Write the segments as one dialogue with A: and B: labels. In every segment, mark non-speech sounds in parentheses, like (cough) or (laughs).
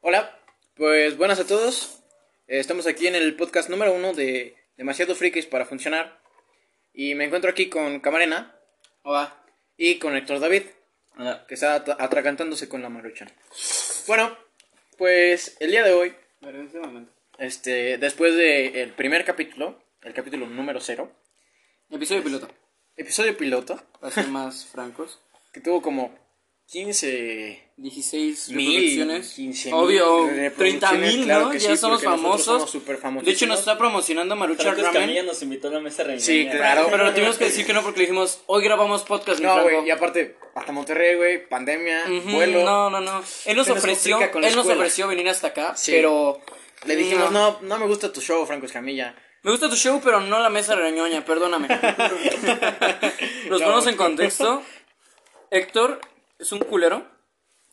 A: Hola, pues buenas a todos. Eh, Estamos aquí en el podcast número uno de Demasiado Frikis para Funcionar. Y me encuentro aquí con Camarena
B: Hola.
A: y con Héctor David,
B: Hola.
A: que está at- atragantándose con la marucha. Bueno, pues el día de hoy,
B: Pero en este momento.
A: este, después del primer capítulo, el capítulo número cero,
B: Episodio piloto.
A: episodio piloto,
B: Para ser más (laughs) francos.
A: que tuvo como 15
B: 16
A: Mil,
B: reproducciones.
A: 15 mil
B: Obvio,
A: reproducciones,
B: 30 mil,
A: claro
B: ¿no?
A: que
B: Ya
A: sí,
B: somos
A: porque nosotros
B: famosos.
A: somos superfamosísimos.
B: de hecho, nos está promocionando Marucha
C: Franco Escamilla
B: Ramen.
C: nos invitó a la mesa reñoña.
A: Sí, claro.
B: Pero le tuvimos que decir que no porque le dijimos, hoy grabamos podcast, mi
A: No,
B: Franco.
A: güey, y aparte, hasta Monterrey, güey, pandemia,
B: Ujú,
A: vuelo.
B: No, no, no. Él nos
A: Se nos
B: ofreció,
A: complica con la
B: él nos
A: escuela.
B: ofreció venir hasta acá,
A: Sí.
B: pero
A: Le dijimos, no. no, me gusta tu show, Franco Escamilla.
B: Me gusta tu show, pero no la mesa reñoña, perdóname. Los
A: No.
B: ponemos en contexto. Héctor es un culero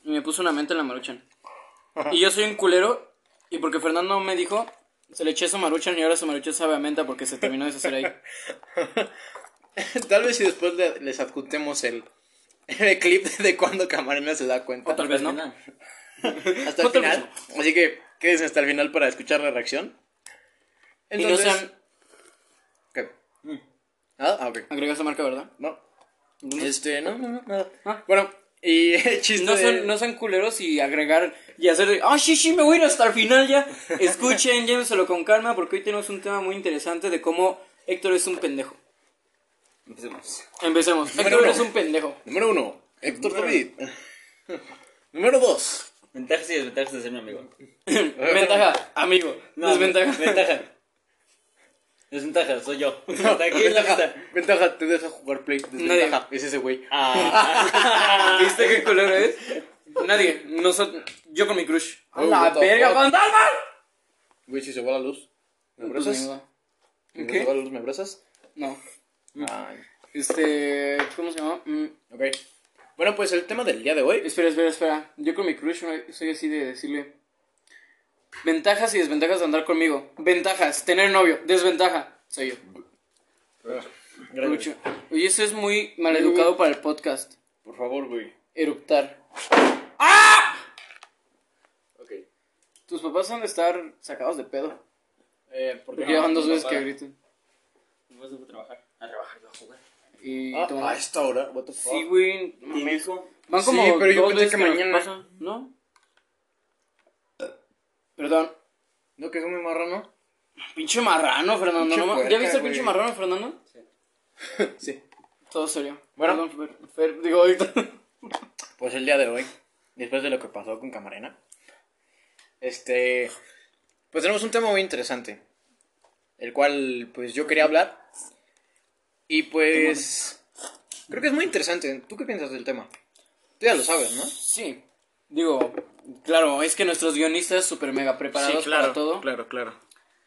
B: y me puso una mente en la maruchan. Y yo soy un culero y porque Fernando me dijo, se le eché su maruchan y ahora su maruchan sabe a menta porque se terminó de deshacer ahí.
A: (laughs) Tal vez si después le- les adjuntemos el, el clip de cuando Camarena se da cuenta.
B: O tal vez no.
A: Hasta el
B: otra
A: final. Así que quédense hasta el final para escuchar la reacción.
B: y no sean...
A: ¿Qué? ¿Nada? Ah, ok.
B: Agrega esa marca, ¿verdad?
A: No.
B: Entonces,
A: Este, no, no, no, nada.
B: Ah.
A: Bueno, y (laughs) el chiste.
B: No
A: de-
B: sean, no sean culeros y agregar y hacer de, ah, sí, sí, me voy a ir hasta el final ya. Escuchen, llévenselo con calma porque hoy tenemos un tema muy interesante de cómo Héctor es un pendejo.
C: Empecemos.
B: Empecemos.
A: Número
B: Héctor
A: uno.
B: es un pendejo.
A: Número uno, Héctor David. (laughs) Número dos.
C: Ventajas y desventajas de ser mi amigo.
B: Ventaja, amigo. Desventaja.
C: Ventaja. Desventaja, soy yo. Está (laughs) aquí en la
A: Ventaja,
C: mesa.
A: ventaja, te deja jugar play. Desventaja, es ese güey.
C: Ah,
B: ¿Viste qué culero es? Nadie. Nosotros. Yo con mi crush.
A: Oh,
B: ¡La
A: what the
B: verga,
A: fuck.
B: fantasma!
A: Güey, si se va la luz. ¿Me
B: Pues,
A: abrazas?
B: amigo,
A: ¿Me
B: ¿Qué? Mm.
A: se va la luz? ¿Me abrazas?
B: No.
A: Ay,
B: Este. ¿Cómo se llama? Mm,
A: ok. Bueno, pues el tema del día de hoy.
B: espera, espera, espera. Yo con mi crush no- soy así de decirle. Ventajas y desventajas de andar conmigo. Ventajas, tener novio. Desventaja, soy yo.
C: gracias.
B: Crucho. Oye, eso es muy maleducado para el podcast.
A: Por favor, güey. ¡Ah!
B: Eruptar.
A: Ok.
B: Tus papás han de estar sacados de pedo.
A: Eh, ¿por qué
B: Porque
A: no?
B: llevan dos
C: mi
B: veces
C: papá.
B: que gritan.
C: Después de trabajar. A trabajar, yo a jugar.
B: Y
A: Ah,
B: tu
A: a
B: mamá.
A: esta hora, what the fuck.
B: Sí, güey. no
C: ¿Y
B: mames.
C: hijo?
B: Van
A: Sí,
B: como
A: pero yo
B: dos
A: pensé
B: veces
A: que
B: nos
A: mañana.
B: pasa, ¿No? Perdón.
A: ¿No que es muy marrano?
B: Pinche marrano, Fernando.
A: Pinche
B: no ma-
A: puerca,
B: ¿Ya viste el
A: güey.
B: pinche marrano, Fernando?
A: Sí.
B: Todo serio.
A: Bueno.
B: Perdón, Fer, Fer, digo, Héctor.
A: Pues el día de hoy, después de lo que pasó con Camarena, este, pues tenemos un tema muy interesante, el cual pues yo quería hablar y pues creo que es muy interesante. ¿Tú qué piensas del tema? Tú ya lo sabes, ¿no?
B: (laughs) Sí. Digo, claro, es que nuestros guionistas súper mega preparados para todo.
A: claro, claro.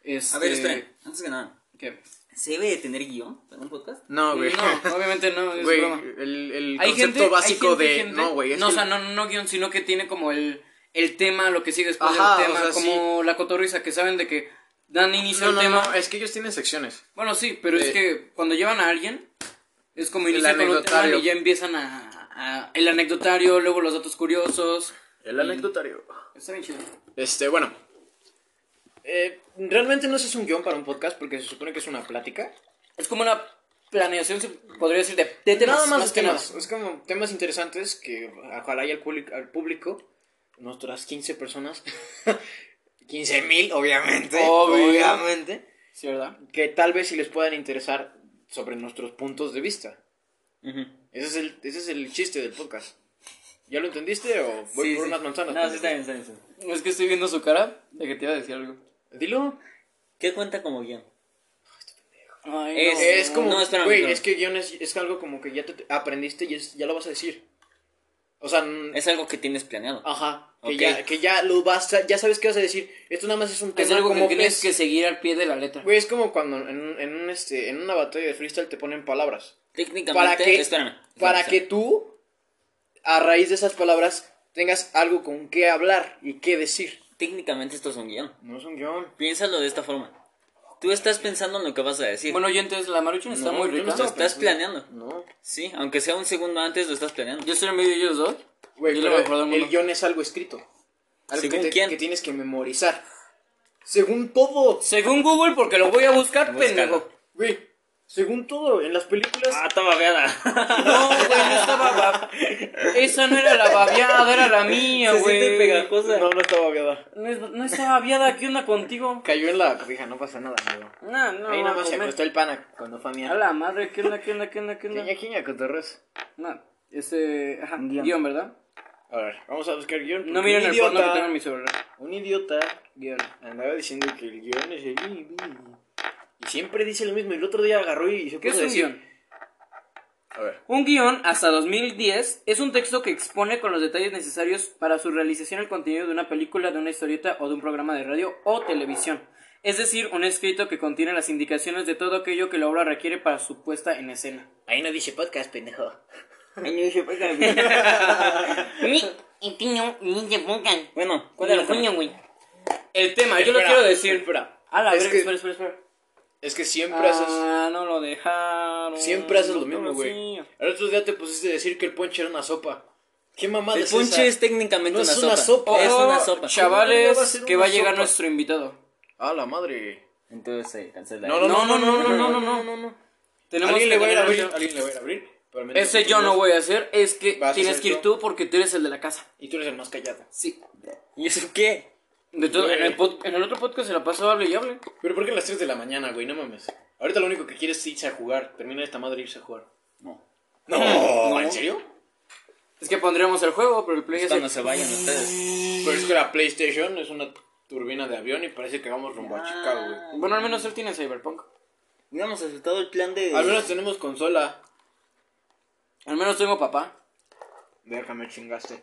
B: Este,
C: A ver, esperen. Antes que nada.
B: ¿qué?
C: ¿Se debe de tener guión para un podcast?
A: No, güey.
B: No, obviamente no. Es
A: Güey,
B: broma.
A: el, el
B: Hay
A: concepto
B: gente, hay
A: básico
B: gente,
A: de...
B: gente-
A: No, güey. es
B: No, o
A: que-
B: sea, no, no, no guión, sino que tiene como el, el tema, lo que sigue después
A: Ajá, o
B: del tema,
A: sea,
B: como la cotorriza, que saben de que dan inicio
A: no,
B: al
A: no,
B: tema.
A: no, es que ellos tienen secciones.
B: Bueno, sí, pero es
A: Eh.
B: que cuando llevan a alguien, es como
A: El
B: inician con un tema
A: anecdotario.
B: y ya empiezan a, a- El anecdotario, luego los datos curiosos.
A: El anecdotario.
B: Está bien chido.
A: Este, bueno. Eh, realmente no sé si es un guión para un podcast porque se supone que es una plática.
B: Es como una planeación, se podría decir, de, de temas.
A: nada más, de
B: que
A: temas. Es como temas interesantes que ojalá y al, public- al público, nuestras 15 personas, (laughs) 15 mil, obviamente.
B: Obvio.
A: Obviamente.
B: nada. Sí, ¿verdad?
A: Que tal vez si les puedan interesar sobre nuestros puntos de vista. Ese es el, ese es el chiste del podcast. ¿Ya lo entendiste o voy
C: Sí,
A: por
C: sí.
A: unas manzanas? pues,
C: No, sí, está bien, está bien. está bien.
B: Es que estoy viendo su cara de que te iba a decir algo.
A: Dilo.
C: ¿Qué cuenta como guión?
B: Ay,
C: Es-
B: no.
A: Es como,
C: No, espérame,
A: güey,
C: espérame.
A: es que guión es, es algo como que ya te te aprendiste y es- ya lo vas a decir. O sea, n-
C: Es algo que tienes planeado.
A: ajá, que,
C: Ok.
A: ya, que ya lo vas a, ya sabes qué vas a decir. Esto nada más es un tema
B: Es algo que
A: como
B: tienes que
A: es,
B: seguir al pie de la letra.
A: güey, es como cuando en, un- en un, este, en una batalla de freestyle te ponen palabras
C: Técnicamente,
A: para que
C: espérame.
A: para
C: espérame,
A: que tú a raíz de esas palabras tengas algo con qué hablar y qué decir.
C: espérame. Técnicamente esto es un guión.
A: No es un guión.
C: Piénsalo de esta forma. Tú estás pensando en lo que vas a decir.
B: Bueno, oyentes, la maruchan está
A: No,
B: muy
A: yo no
B: rica.
A: estaba
C: Estás
A: pensando.
C: planeando.
A: No.
C: Sí, aunque sea un segundo antes, lo estás planeando.
B: Yo estoy en medio de ellos dos.
A: Güey,
B: Yo
A: pero
B: lo mejor del mundo.
A: el guión es algo escrito. Algo
C: ¿Según
A: que, te-
C: quién?
A: que tienes que memorizar. Según todo,
B: Según Google, porque lo voy a buscar,
C: Búscalo.
B: pendejo.
A: güey. Según todo, en las películas.
C: Ah, está babeada.
B: No, güey, no estaba bab- Esa no era la babiada, era la mía,
C: Se siente
B: güey.
C: pegajosa.
A: No, no estaba viada.
B: No, es- no estaba babiada, ¿qué onda contigo?
A: Cayó en la cobija, no pasa nada, amigo.
B: No, no,
A: Ahí nada más se
B: me-
A: acostó el pana cuando fue a
B: A
A: mierda.
B: la madre, ¿qué onda, qué onda, qué onda, qué onda?
A: Quiña, cotorros.
B: No, ese. Ajá,
A: Guión.
B: guión. ¿verdad?
A: A ver, vamos a buscar guión. porque
B: No miren
A: un
B: el porno que tengo en mi celular.
A: Un idiota guión, andaba diciendo que el guión es el... Y siempre dice lo mismo. Y el otro día agarró y se
B: ¿Qué es
A: puso a
B: un
A: decir-
B: guión?
A: A ver.
B: Un guión, hasta 2010, es un texto que expone con los detalles necesarios para su realización el contenido de una película, de una historieta o de un programa de radio o televisión. Es decir, un escrito que contiene las indicaciones de todo aquello que la obra requiere para su puesta en escena.
A: Ahí no dice podcast, pendejo.
D: Ni el niño ni se pongan.
C: Bueno, ¿cuál
D: ¿Cuál es
C: era
D: el coño, güey?
B: El tema, yo lo
A: Espera,
B: quiero decir.
A: espera.
B: A la
A: Es
B: verga,
A: que
B: espera, espera, espera.
A: Es que siempre haces...
B: Ah, no lo dejaron.
A: Siempre haces
B: No
A: lo mismo, güey.
B: conocía.
A: El otro día te pusiste a decir que el ponche era una sopa. ¿Qué (laughs) mamada
C: (laughs) El
A: es esa?
C: ponche es
B: este-
C: técnicamente
A: No
C: una,
A: es
C: sopa.
A: una sopa. Oh.
C: Es
B: Ojo,
C: una
A: ¿Cómo
C: sopa.
A: va a
B: Oh, Chavales,
A: ser
B: que
A: una
B: va a llegar
A: sopa?
B: nuestro invitado.
A: A la madre.
C: Entonces se cancela.
A: No,
B: No, no, no, no, no, no,
A: no,
B: no,
A: no,
B: Tenemos
A: Alguien le
B: que
A: va a ir a
B: tener-
A: abrir. Alguien le va a ir a abrir. pero al menos
B: Ese yo no voy a hacer, es que
A: Vas a
B: tienes
A: hacer
B: que ir
A: tú.
B: tú porque tú eres el de la casa.
A: Y tú eres el más callado.
B: Sí.
C: ¿Y eso qué?
B: De todo,
A: Güey.
B: en, el pod- en el otro podcast se la pasó hable y hable.
A: Pero ¿por qué a las 3 de la mañana, güey? No mames. Ahorita lo único que quieres es irse a jugar. Termina esta madre e irse a jugar.
C: No.
A: No,
B: No.
A: ¿en serio?
B: Es que pondríamos el juego, pero el play es.
C: Esto no
B: el-
C: se vayan ustedes.
A: Pero es que la PlayStation es una turbina de avión y parece que vamos rumbo a Chicago, güey.
B: Bueno, al menos él tiene Cyberpunk.
C: Hubiéramos aceptado el plan de.
A: Al menos tenemos consola.
B: Al menos tengo papá.
A: Déjame chingaste.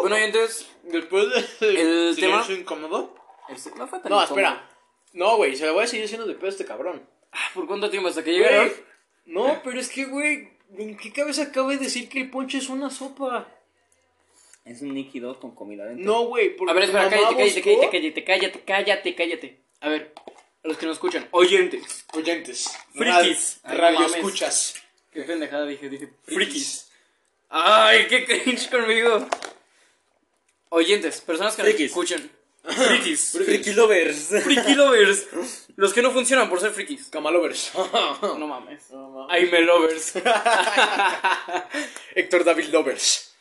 B: Bueno, y entonces.
A: Después de (laughs)
B: ¿El
A: silencio incómodo.
B: este, no fue tan
A: No,
B: incómodo.
A: espera. No, güey, se la voy a seguir haciendo de pedo a este cabrón.
B: Ah, ¿Por cuánto tiempo hasta que
A: Güey,
B: llegaron? (laughs)
A: No, pero es que, güey, ¿en qué cabeza cabe decir que el ponche es una sopa?
C: Es un líquido con comida dentro.
A: No, güey, porque
B: A ver,
A: tu
B: espera,
A: mamá
B: cállate, cállate,
A: buscó-
B: cállate, cállate, cállate, cállate, cállate. A ver, a los que nos escuchan, oyentes.
A: Oyentes.
B: Frikis.
A: Rad-
B: Ay,
A: Radio
B: mames.
A: escuchas.
B: Qué pendejada dije, dije, frikis. Ay, qué cringe conmigo. Oyentes, personas que nos
C: Frikis.
B: escuchan. Frikis.
C: Freaky lovers.
B: Friki lovers. Los que no funcionan por
A: (laughs)
B: ser frikis.
A: Camalovers.
B: Ah. No mames. Ay, me lovers.
A: (laughs) Héctor David Lovers.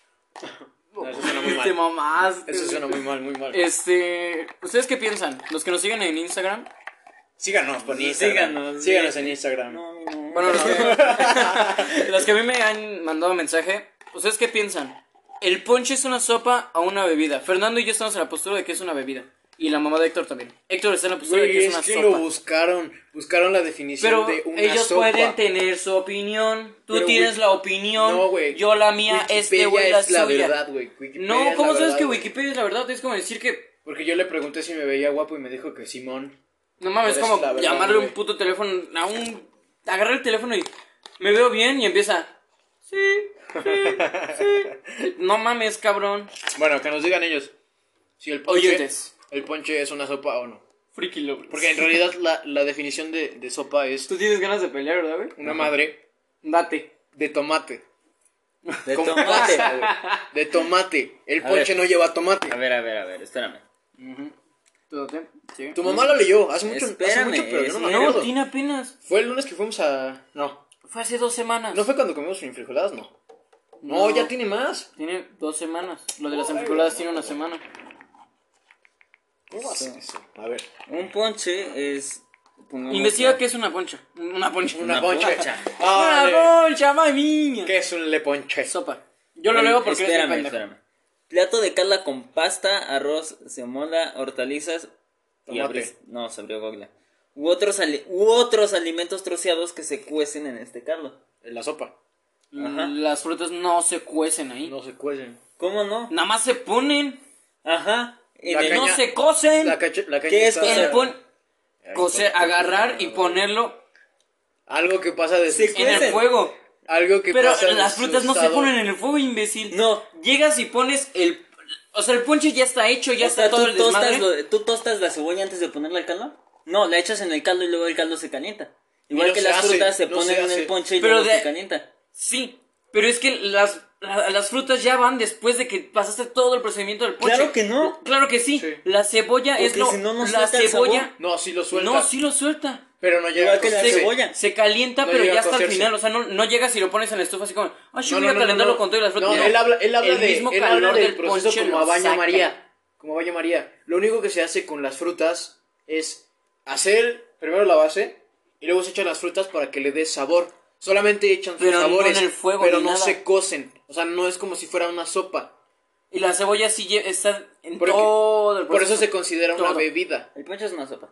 A: eso suena muy
B: (laughs) Te
A: mal.
B: mamaste.
A: Eso suena muy mal, muy mal.
B: Este, ¿ustedes qué piensan? Los que nos siguen en Instagram.
A: Síganos por Instagram.
C: Síganos.
A: Síganos en Instagram. (laughs)
B: Bueno, los que, los que a mí me han mandado mensaje. ¿Ustedes qué piensan? ¿El ponche es una sopa o una bebida? Fernando y yo estamos en la postura de que es una bebida. Y la mamá de Héctor también. Héctor está en la postura de
A: Güey,
B: que Pues, es
A: es
B: una
A: que
B: sopa.
A: lo buscaron. Buscaron la definición
B: Pero
A: de una
B: ellos
A: sopa.
B: pueden tener su opinión. Tú
A: Pero,
B: tienes
A: güey,
B: la opinión.
A: No, güey.
B: Yo la mía. este
A: Wikipedia
B: güey la
A: es la
B: suya.
A: verdad, güey. Wikipedia
B: no,
A: es
B: ¿cómo
A: la
B: sabes
A: verdad,
B: que
A: güey.
B: Wikipedia es la verdad? Es como decir que.
A: Porque yo le pregunté si me veía guapo y me dijo que Simón.
B: No mames, es
A: Pero
B: como
A: es la verdad,
B: llamarle
A: güey.
B: un puto teléfono a un. Agarrar el teléfono y. Me veo bien y empieza. Sí, sí,
A: (laughs)
B: sí. No mames, cabrón.
A: Bueno, que nos digan ellos si el ponche,
B: Oyentes.
A: el ponche es una sopa o no.
B: Friki lovers.
A: Porque en realidad la, la definición de, de sopa es
B: tú tienes ganas de pelear, ¿verdad, güey?
A: una madre
B: Date.
A: de tomate.
C: De
A: Con
C: tomate.
A: pasta, güey. De tomate. El
C: A
A: ponche
C: ver.
A: no lleva tomate.
C: A ver, a ver, a ver, espérame.
B: Tú date. Sí.
A: Tu mamá lo leyó hace mucho, hace
C: Espérame,
A: mucho pero yo no me
C: espérame.
B: No,
A: acuerdo.
B: tiene apenas.
A: Fue el lunes que fuimos a. No.
B: Fue hace dos semanas.
A: No fue cuando comimos frijoladas, no. No,
B: No.
A: ya tiene más.
B: Tiene dos semanas. Lo de las enfrijoladas tiene una semana.
A: ¿Cómo haces eso? A ver.
C: Un ponche es. pongamos
B: Investiga
C: la-
B: qué es una poncha. Una poncha.
A: (laughs) Una,
C: Una
A: ponche.
C: poncha.
A: Ah,
B: Una poncha, mamiña.
A: ¿Qué es un le ponche?
B: Sopa. Yo lo leo porque eres un
C: Espérame,
B: pendejo.
C: espérame. Plato de cala con pasta, arroz, semola, hortalizas y
A: Tomate.
C: abris- No, se abrió Google. U otros, ali- u otros alimentos troceados que se cuecen en este caldo.
A: La sopa.
C: Ajá.
B: Las frutas no se cuecen ahí.
A: No se cuecen.
C: ¿Cómo no?
B: Nada más se ponen.
C: Ajá. En
A: La
C: el-
A: caña-
B: No se cocen.
A: La, cacha- la caña
C: ¿Qué es
A: está-
B: El
C: cocer?
B: pon-
A: Ay,
B: cocer,
A: joder.
B: agarrar y ponerlo
A: Algo que pasa de
C: Sí,
B: en el
C: Cuecen.
B: fuego.
A: Algo que
B: Pero
A: pasa de
B: las
A: su
B: frutas no se
A: estado.
B: ponen en el fuego, imbécil.
C: No.
B: Llegas y pones el. O sea, el ponche ya está hecho, ya
C: O
B: está
C: sea,
B: todo
C: ¿tú,
B: el
C: tostas
B: desmadre.
C: lo- ¿tú tostas la cebolla antes de ponerla al caldo? No, la echas en el caldo y luego el caldo se calienta.
A: Y no
C: Igual que
A: se
C: las
A: hace,
C: frutas se
A: no se
C: ponen en
A: hace.
C: el ponche y
B: Pero
C: luego
B: de-
C: se calienta.
B: Sí, pero es que las, la- las frutas ya van después de que pasaste todo el procedimiento del poche.
C: Claro que no.
B: Claro que sí.
A: Sí.
B: La cebolla es
C: Porque
B: lo.
C: si no, no
B: la
C: suelta el
B: cebolla.
A: No, sí lo suelta.
B: No, sí lo suelta.
A: Pero no llega
C: Igual que la
A: cocerse.
C: cebolla.
B: Se calienta,
A: No
B: pero
A: llega
B: ya
A: a
B: hasta el
A: cocerse.
B: final. O sea, no, no llegas y lo pones en la estufa así como. Ay, yo
A: No,
B: voy
A: no,
B: a
A: no,
B: calentarlo
A: no.
B: con todo y las frutas.
A: No,
B: No,
A: él habla, él habla
B: el
A: de,
B: mismo
A: él
B: calor
A: habla del,
B: del
A: proceso
B: ponche
A: como
B: lo
A: a baño
B: saca.
A: María. Como a baño María. Lo único que se hace con las frutas es hacer primero la base y luego se echan las frutas para que le dé sabor. Solamente echan sus
B: Pero no
A: sabores,
B: en el fuego
A: pero
B: ni
A: no
B: nada.
A: se cocen. O sea, no es como si fuera una sopa.
B: Y la cebolla sí lle- está en
A: Porque-
B: todo el
A: Por
B: proceso.
A: eso se considera una
B: Todo.
A: bebida.
C: El poncho es una sopa.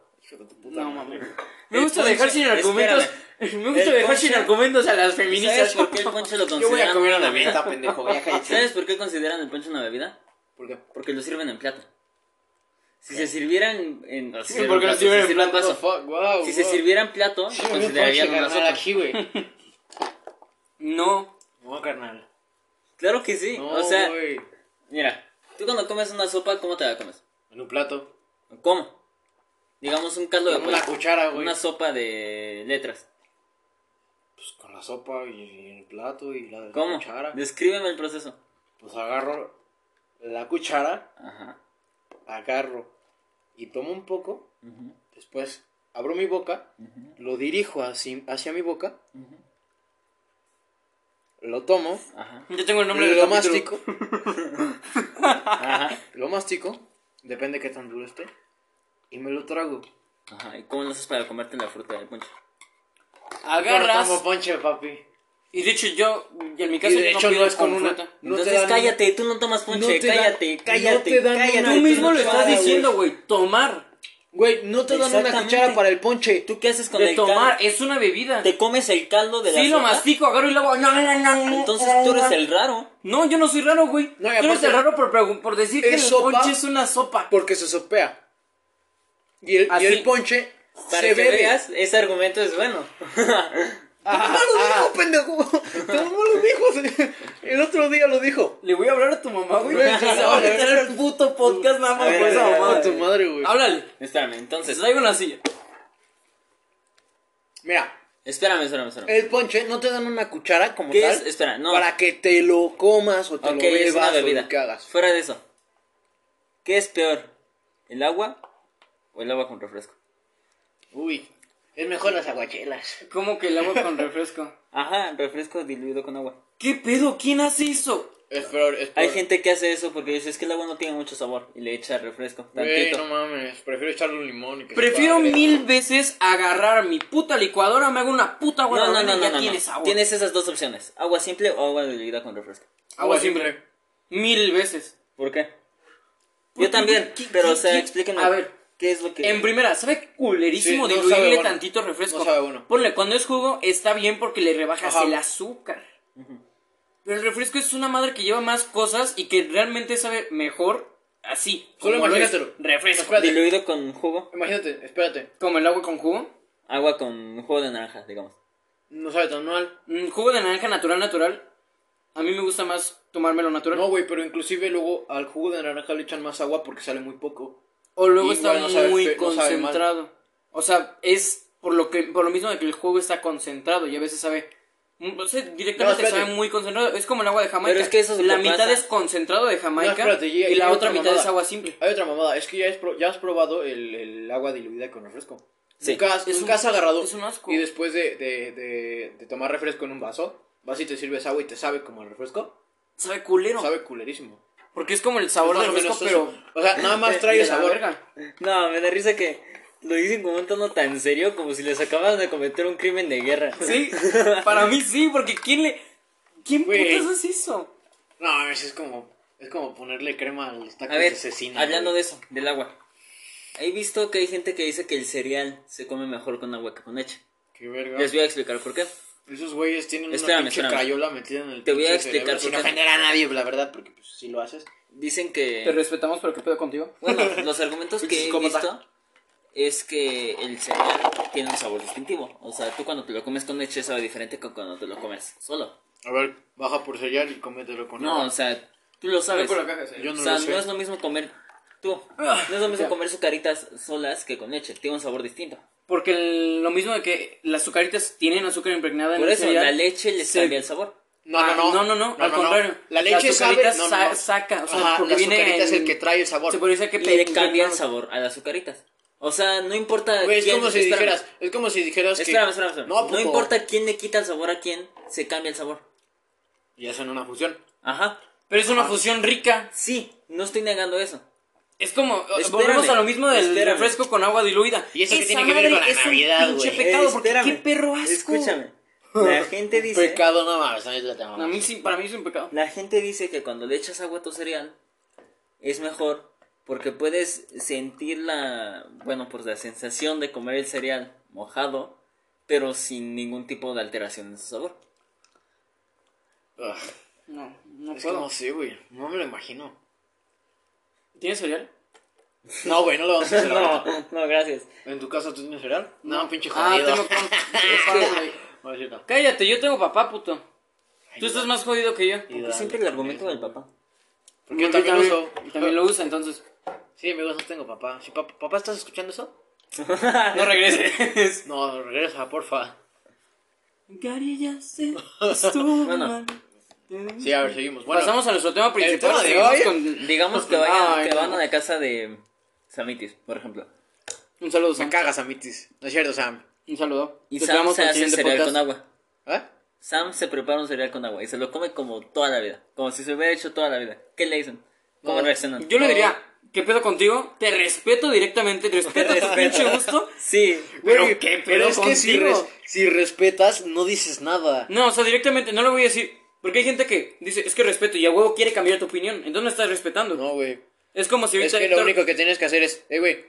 B: No mames. Me gusta
C: ponche-
B: dejar sin argumentos. (laughs) Me gusta
C: El
B: dejar
C: ponche-
B: sin argumentos a las feministas.
C: ¿Sabes por qué el poncho lo
A: Yo voy a
C: consideran
A: comer
C: una
A: una
C: bebida?
A: meta, pendejo. voy a callar.
C: ¿Sabes por qué consideran el poncho una bebida?
A: ¿Por qué?
C: Porque lo sirven en plato. Si se sirvieran en.
A: No,
C: si
A: Ah, sí,
C: se-
B: porque lo
C: si
B: sirven
C: se
B: en
C: sirve en
A: What the
C: vaso.
A: fuck, wow,
C: Si se
A: wow.
C: sirvieran plato, pues
A: Sí,
C: lo
A: me dio un ponche,
C: considerarían una
A: carnal,
C: sopa.
A: aquí, güey.
B: No.
A: No, carnal.
C: Claro que sí.
A: No,
C: O sea,
A: güey.
C: mira, tú cuando comes una sopa, ¿cómo te la comes?
A: En un plato.
C: ¿Cómo? Digamos un caldo de
A: Con una
C: pollo.
A: cuchara, güey.
C: pues, Una sopa de letras.
A: Pues con la sopa y el plato y la,
C: ¿Cómo?
A: la cuchara.
C: Descríbeme el proceso.
A: Pues agarro la cuchara,
C: Ajá.
A: agarro y tomo un poco. Después abro mi boca, lo dirijo así, hacia mi boca, lo tomo,
C: Ajá.
B: Yo tengo el nombre del
A: lo
B: capítulo.
A: mastico,
C: Ajá.
A: lo mastico, depende qué tan duro esté, y me lo trago.
C: Ajá. ¿Y cómo lo haces para comerte la fruta del poncho?
A: Pero
B: Agarras.
A: tomo ponche, papi.
B: Y de hecho yo, en mi caso,
A: Y de
B: yo
A: hecho
B: pido
A: no es con
B: con
A: una-
B: fruta.
A: No te
C: Entonces
A: dan-
C: cállate, tú no tomas ponche,
A: te dan-
C: cállate,
A: no
C: cállate,
A: te dan
C: cállate.
A: una-
B: Tú mismo lo
A: no te
B: estás
A: dan, güey.
B: diciendo, güey. Tomar.
A: Güey, no te dan una
C: Exactamente.
A: cuchara para el ponche.
C: ¿Tú qué haces con
B: De
C: el
B: tomar.
C: caldo?
B: Es una bebida.
C: ¿Te comes el caldo de la
B: Sí, lo
C: sopa?
B: mastico, agarro y luego. No, no, no, no.
C: Entonces tú eres el raro.
B: No, yo no soy raro, güey.
A: No, y
B: tú eres
A: aparte-
B: el raro por, pregun- por decir que el
A: ¿Es sopa?
B: ponche es una sopa.
A: Porque se sopea. Y el, y
B: Así.
A: el ponche
C: Para
A: se
C: que
A: bebe.
C: veas, ese argumento es bueno. (laughs)
A: Ah, lo dijo, pendejo. ¿Cómo lo dijo? El otro día lo dijo.
B: Le voy a hablar a tu mamá,
A: Güey,
B: güey. (laughs) Se va a meter el puto podcast nada
C: A
B: más
C: ver,
B: por
C: a ver,
B: esa
C: a ver,
B: mamada.
A: A tu madre, güey.
B: Háblale.
C: Espérame,
B: Se
C: entonces.
B: traigo una silla.
A: Mira,
C: Espérame, espérame, espérame.
A: el ponche no te dan una cuchara como
C: ¿Qué
A: tal.
C: es? Espera, no.
A: Para que te lo comas o te
C: ok,
A: lo
C: es una
A: bebas o
C: bebida.
A: lo que hagas.
C: Fuera de eso. ¿Qué es peor? ¿El agua o el agua con refresco?
A: Uy, es mejor las aguachelas.
B: ¿Cómo que el agua con refresco?
C: Ajá, refresco diluido con agua.
B: (laughs) ¿Qué pedo? ¿Quién hace eso?
A: Es peor, es
C: Hay
A: peor.
C: gente que hace eso porque dice, es que el agua no tiene mucho sabor y le echa refresco.
A: Güey,
C: Tantito.
A: no mames, prefiero echarle un limón. Y que
B: Prefiero
A: sepa,
B: mil veces agarrar mi puta licuadora, me hago una puta agua
C: No, no,
B: de
C: no,
B: lavanda
C: no,
B: y ya
C: no, no.
B: tienes agua.
C: Tienes esas dos opciones, agua simple o agua diluida con refresco.
B: agua siempre. Mil veces.
C: ¿Por qué?
B: Porque
C: Yo también,
B: qué-
C: pero
B: qué-
C: o sea,
B: qué-
C: explíquenme
B: a ver,
C: qué es lo que
B: En primera, sabe culerísimo
A: Sí, no
B: diluirle
A: sabe bueno.
B: tantito refresco.
A: No sabe bueno.
B: Ponle, cuando es jugo está bien porque le rebajas
A: Ajá.
B: el azúcar. Pero el refresco es una madre que lleva más cosas y que realmente sabe mejor así.
A: Solo
B: como lo es.
A: imagínatelo.
B: Refresco.
A: Espérate.
C: diluido con jugo,
A: Imagínate, espérate.
B: Como el agua con jugo.
C: agua con jugo de naranja, digamos.
A: No sabe tan mal.
B: Mm, jugo de naranja natural, natural. A mí me gusta más tomármelo natural.
A: No, güey, pero inclusive luego al jugo de naranja le echan más agua porque sale muy poco.
B: O luego
A: Igual
B: está
A: no sabe
B: muy
A: fe- no sabe mal.
B: concentrado. o sea, es por lo que por lo mismo de que el juego está concentrado y a veces sabe mm, no sé, directamente
A: No, espérate.
B: sabe muy concentrado. Es como el agua de Jamaica.
C: Pero es que eso es lo
B: la
C: que
B: mitad
C: pasa.
B: es concentrado de Jamaica
A: No, espérate, y-
B: y
A: y
B: la
A: hay otra
B: otra mitad
A: mamada.
B: es agua simple.
A: Hay otra mamada, es que ya, has pro- ya has probado el, el agua diluida con refresco.
C: Sí.
A: Nunca, has,
B: Es
A: nunca
B: un-
A: has agarrado.
B: es un asco.
A: Y después de, de, de, de tomar refresco en un vaso, vas y te sirves agua y te sabe como el refresco.
B: Sabe culero.
A: Sabe culerísimo.
B: Porque es como el sabor
A: Más
B: del
A: o
B: fresco,
A: menos
B: pero
A: eso. O sea, nada más trae
B: de
A: el
B: la
A: sabor.
B: verga.
C: No, me da risa que lo dicen con un tono tan serio como si les acabaran de cometer un crimen de guerra.
B: Sí, para mí sí, porque quién le quién
A: Güey.
B: putas hace eso?
A: No, a veces es como, es como ponerle crema al los tacos
C: A ver,
A: de cecina.
C: hablando de eso, del agua. He visto que hay gente que dice que el cereal se come mejor con agua que con leche.
A: Qué verga.
C: Les voy a explicar por qué.
A: Esos güeyes tienen
C: Espérame,
A: una pinche
C: espérame.
A: crayola metida en el
C: Te voy a
A: pinche cerebro,
C: explicar
A: Sin
C: por qué.
A: ofender a nadie, la verdad, porque pues, si lo haces.
C: Dicen
B: Te
C: que...
B: respetamos, pero Pues, qué pedo contigo?
C: Bueno, los
B: (laughs)
C: argumentos que he
A: Psicópata.
C: visto es que el cereal tiene un sabor distintivo. O sea, tú cuando te lo comes con leche sabe diferente que cuando te lo comes solo.
A: A ver, baja por sellar y cómetelo con
C: No, o
A: agua.
C: sea, tú lo sabes.
B: Por la caja, sí.
A: Yo no
C: o sea,
A: lo sé. Ah,
C: no es lo mismo comer tú. No es lo mismo comer sucaritas solas que con leche. Tiene un sabor distinto.
B: Porque el- lo mismo de que las azucaritas tienen azúcar impregnada en
C: Por
B: el
C: eso
B: cereal,
C: la leche les
B: se-
C: cambia el sabor.
A: No, no,
B: Ah,
A: no.
B: no, no, no, al contrario.
A: La
B: Las
A: leche sabe.
B: azucaritas
A: No, no,
B: sa-
A: no.
B: saca, o sea,
A: Ajá,
B: porque
A: la
B: viene
A: azucarita es el
B: en-
A: que trae el sabor.
B: Se podría decir que
C: Le
B: pe-
C: cambia el
B: pe-
C: sabor a las azucaritas. O sea, no importa.
A: Güey, es
C: quién-
A: como si
C: espérame.
A: dijeras, es como si dijeras que...
C: Espérame, espérame, espérame.
A: No,
C: No,
A: puto.
C: importa quién le quita el sabor a quién, se cambia el sabor.
A: Y hacen una fusión.
C: Ajá.
B: Pero es una fusión rica.
C: Sí, no estoy negando eso.
B: Es como, eh,
C: Espérame,
B: volvemos a lo mismo del
C: espérame.
B: refresco con agua diluida.
A: ¿Y eso qué
B: Esa
A: tiene que ver
B: madre
A: con la
B: es un
A: Navidad,
B: pinche
A: güey?
B: pecado, porque
C: Espérame.
B: qué perro asco.
C: Escúchame.
A: (laughs)
C: La gente dice.
A: Pecado no mames, ahí la
B: A
A: tengo.
B: mí sí, para mí es un pecado.
C: La gente dice que cuando le echas agua a tu cereal es mejor porque puedes sentir la, bueno, pues la sensación de comer el cereal mojado, pero sin ningún tipo de alteración en su sabor.
A: Ugh,
B: No, no
A: Es que
B: puedo.
A: no sé, güey. No me lo imagino.
B: ¿Tienes cereal?
A: No, güey, no lo vamos a hacer
B: (laughs)
C: No,
A: ahorita.
C: no, gracias.
A: ¿En tu casa tú tienes cereal? No, pinche
B: Ah,
A: jodido. (laughs)
B: tengo con- Es que, güey,
A: No, es cierto.
B: Cállate, yo tengo papá, puto. Tú estás más jodido que yo.
A: Y
C: Porque
A: dale.
C: siempre el argumento del papá.
A: Porque yo también uso.
B: y también lo usa, entonces.
A: Sí, amigos, no tengo papá. Si papá, papá, ¿estás escuchando eso?
B: No regreses.
A: No, regresa, porfa.
C: Bueno.
A: Sí, a ver, seguimos. Bueno,
B: (laughs) Pasamos a nuestro tema principal.
A: tema de
B: seguimos
A: hoy-
B: con-
C: Digamos que, vayan,
B: Ay,
C: que
B: no.
C: van a la casa de Samitis, por ejemplo.
B: Un saludo,
A: me
B: Sam.
A: cagas, Amitis. No es cierto, Sam.
B: Un saludo.
C: Y
B: Te
C: Sam
B: esperamos
C: se
B: en el
C: hace un
B: siguiente
C: cereal
B: podcast.
C: con agua.
A: ¿Eh?
C: Sam se prepara un cereal con agua y se lo come como toda la vida, como si se hubiera hecho toda la vida. ¿Qué le dicen? ¿Cómo
A: No,
C: reaccionan?
B: Yo le
A: No.
B: diría, ¿qué pedo contigo? Te respeto directamente, te respeto tu pinche gusto.
C: Sí,
A: Pero,
B: Güey,
A: ¿qué
B: pero
A: pero es que si,
B: contigo.
A: res- si respetas, no dices nada.
B: No, o sea, directamente no le voy a decir. Porque hay gente que dice, es que respeto y a huevo quiere cambiar tu opinión. Entonces no estás respetando.
A: No, güey.
B: Es como si
A: Es
B: ahorita
A: que lo
B: Héctor-
A: único que tienes que hacer es, eh, güey,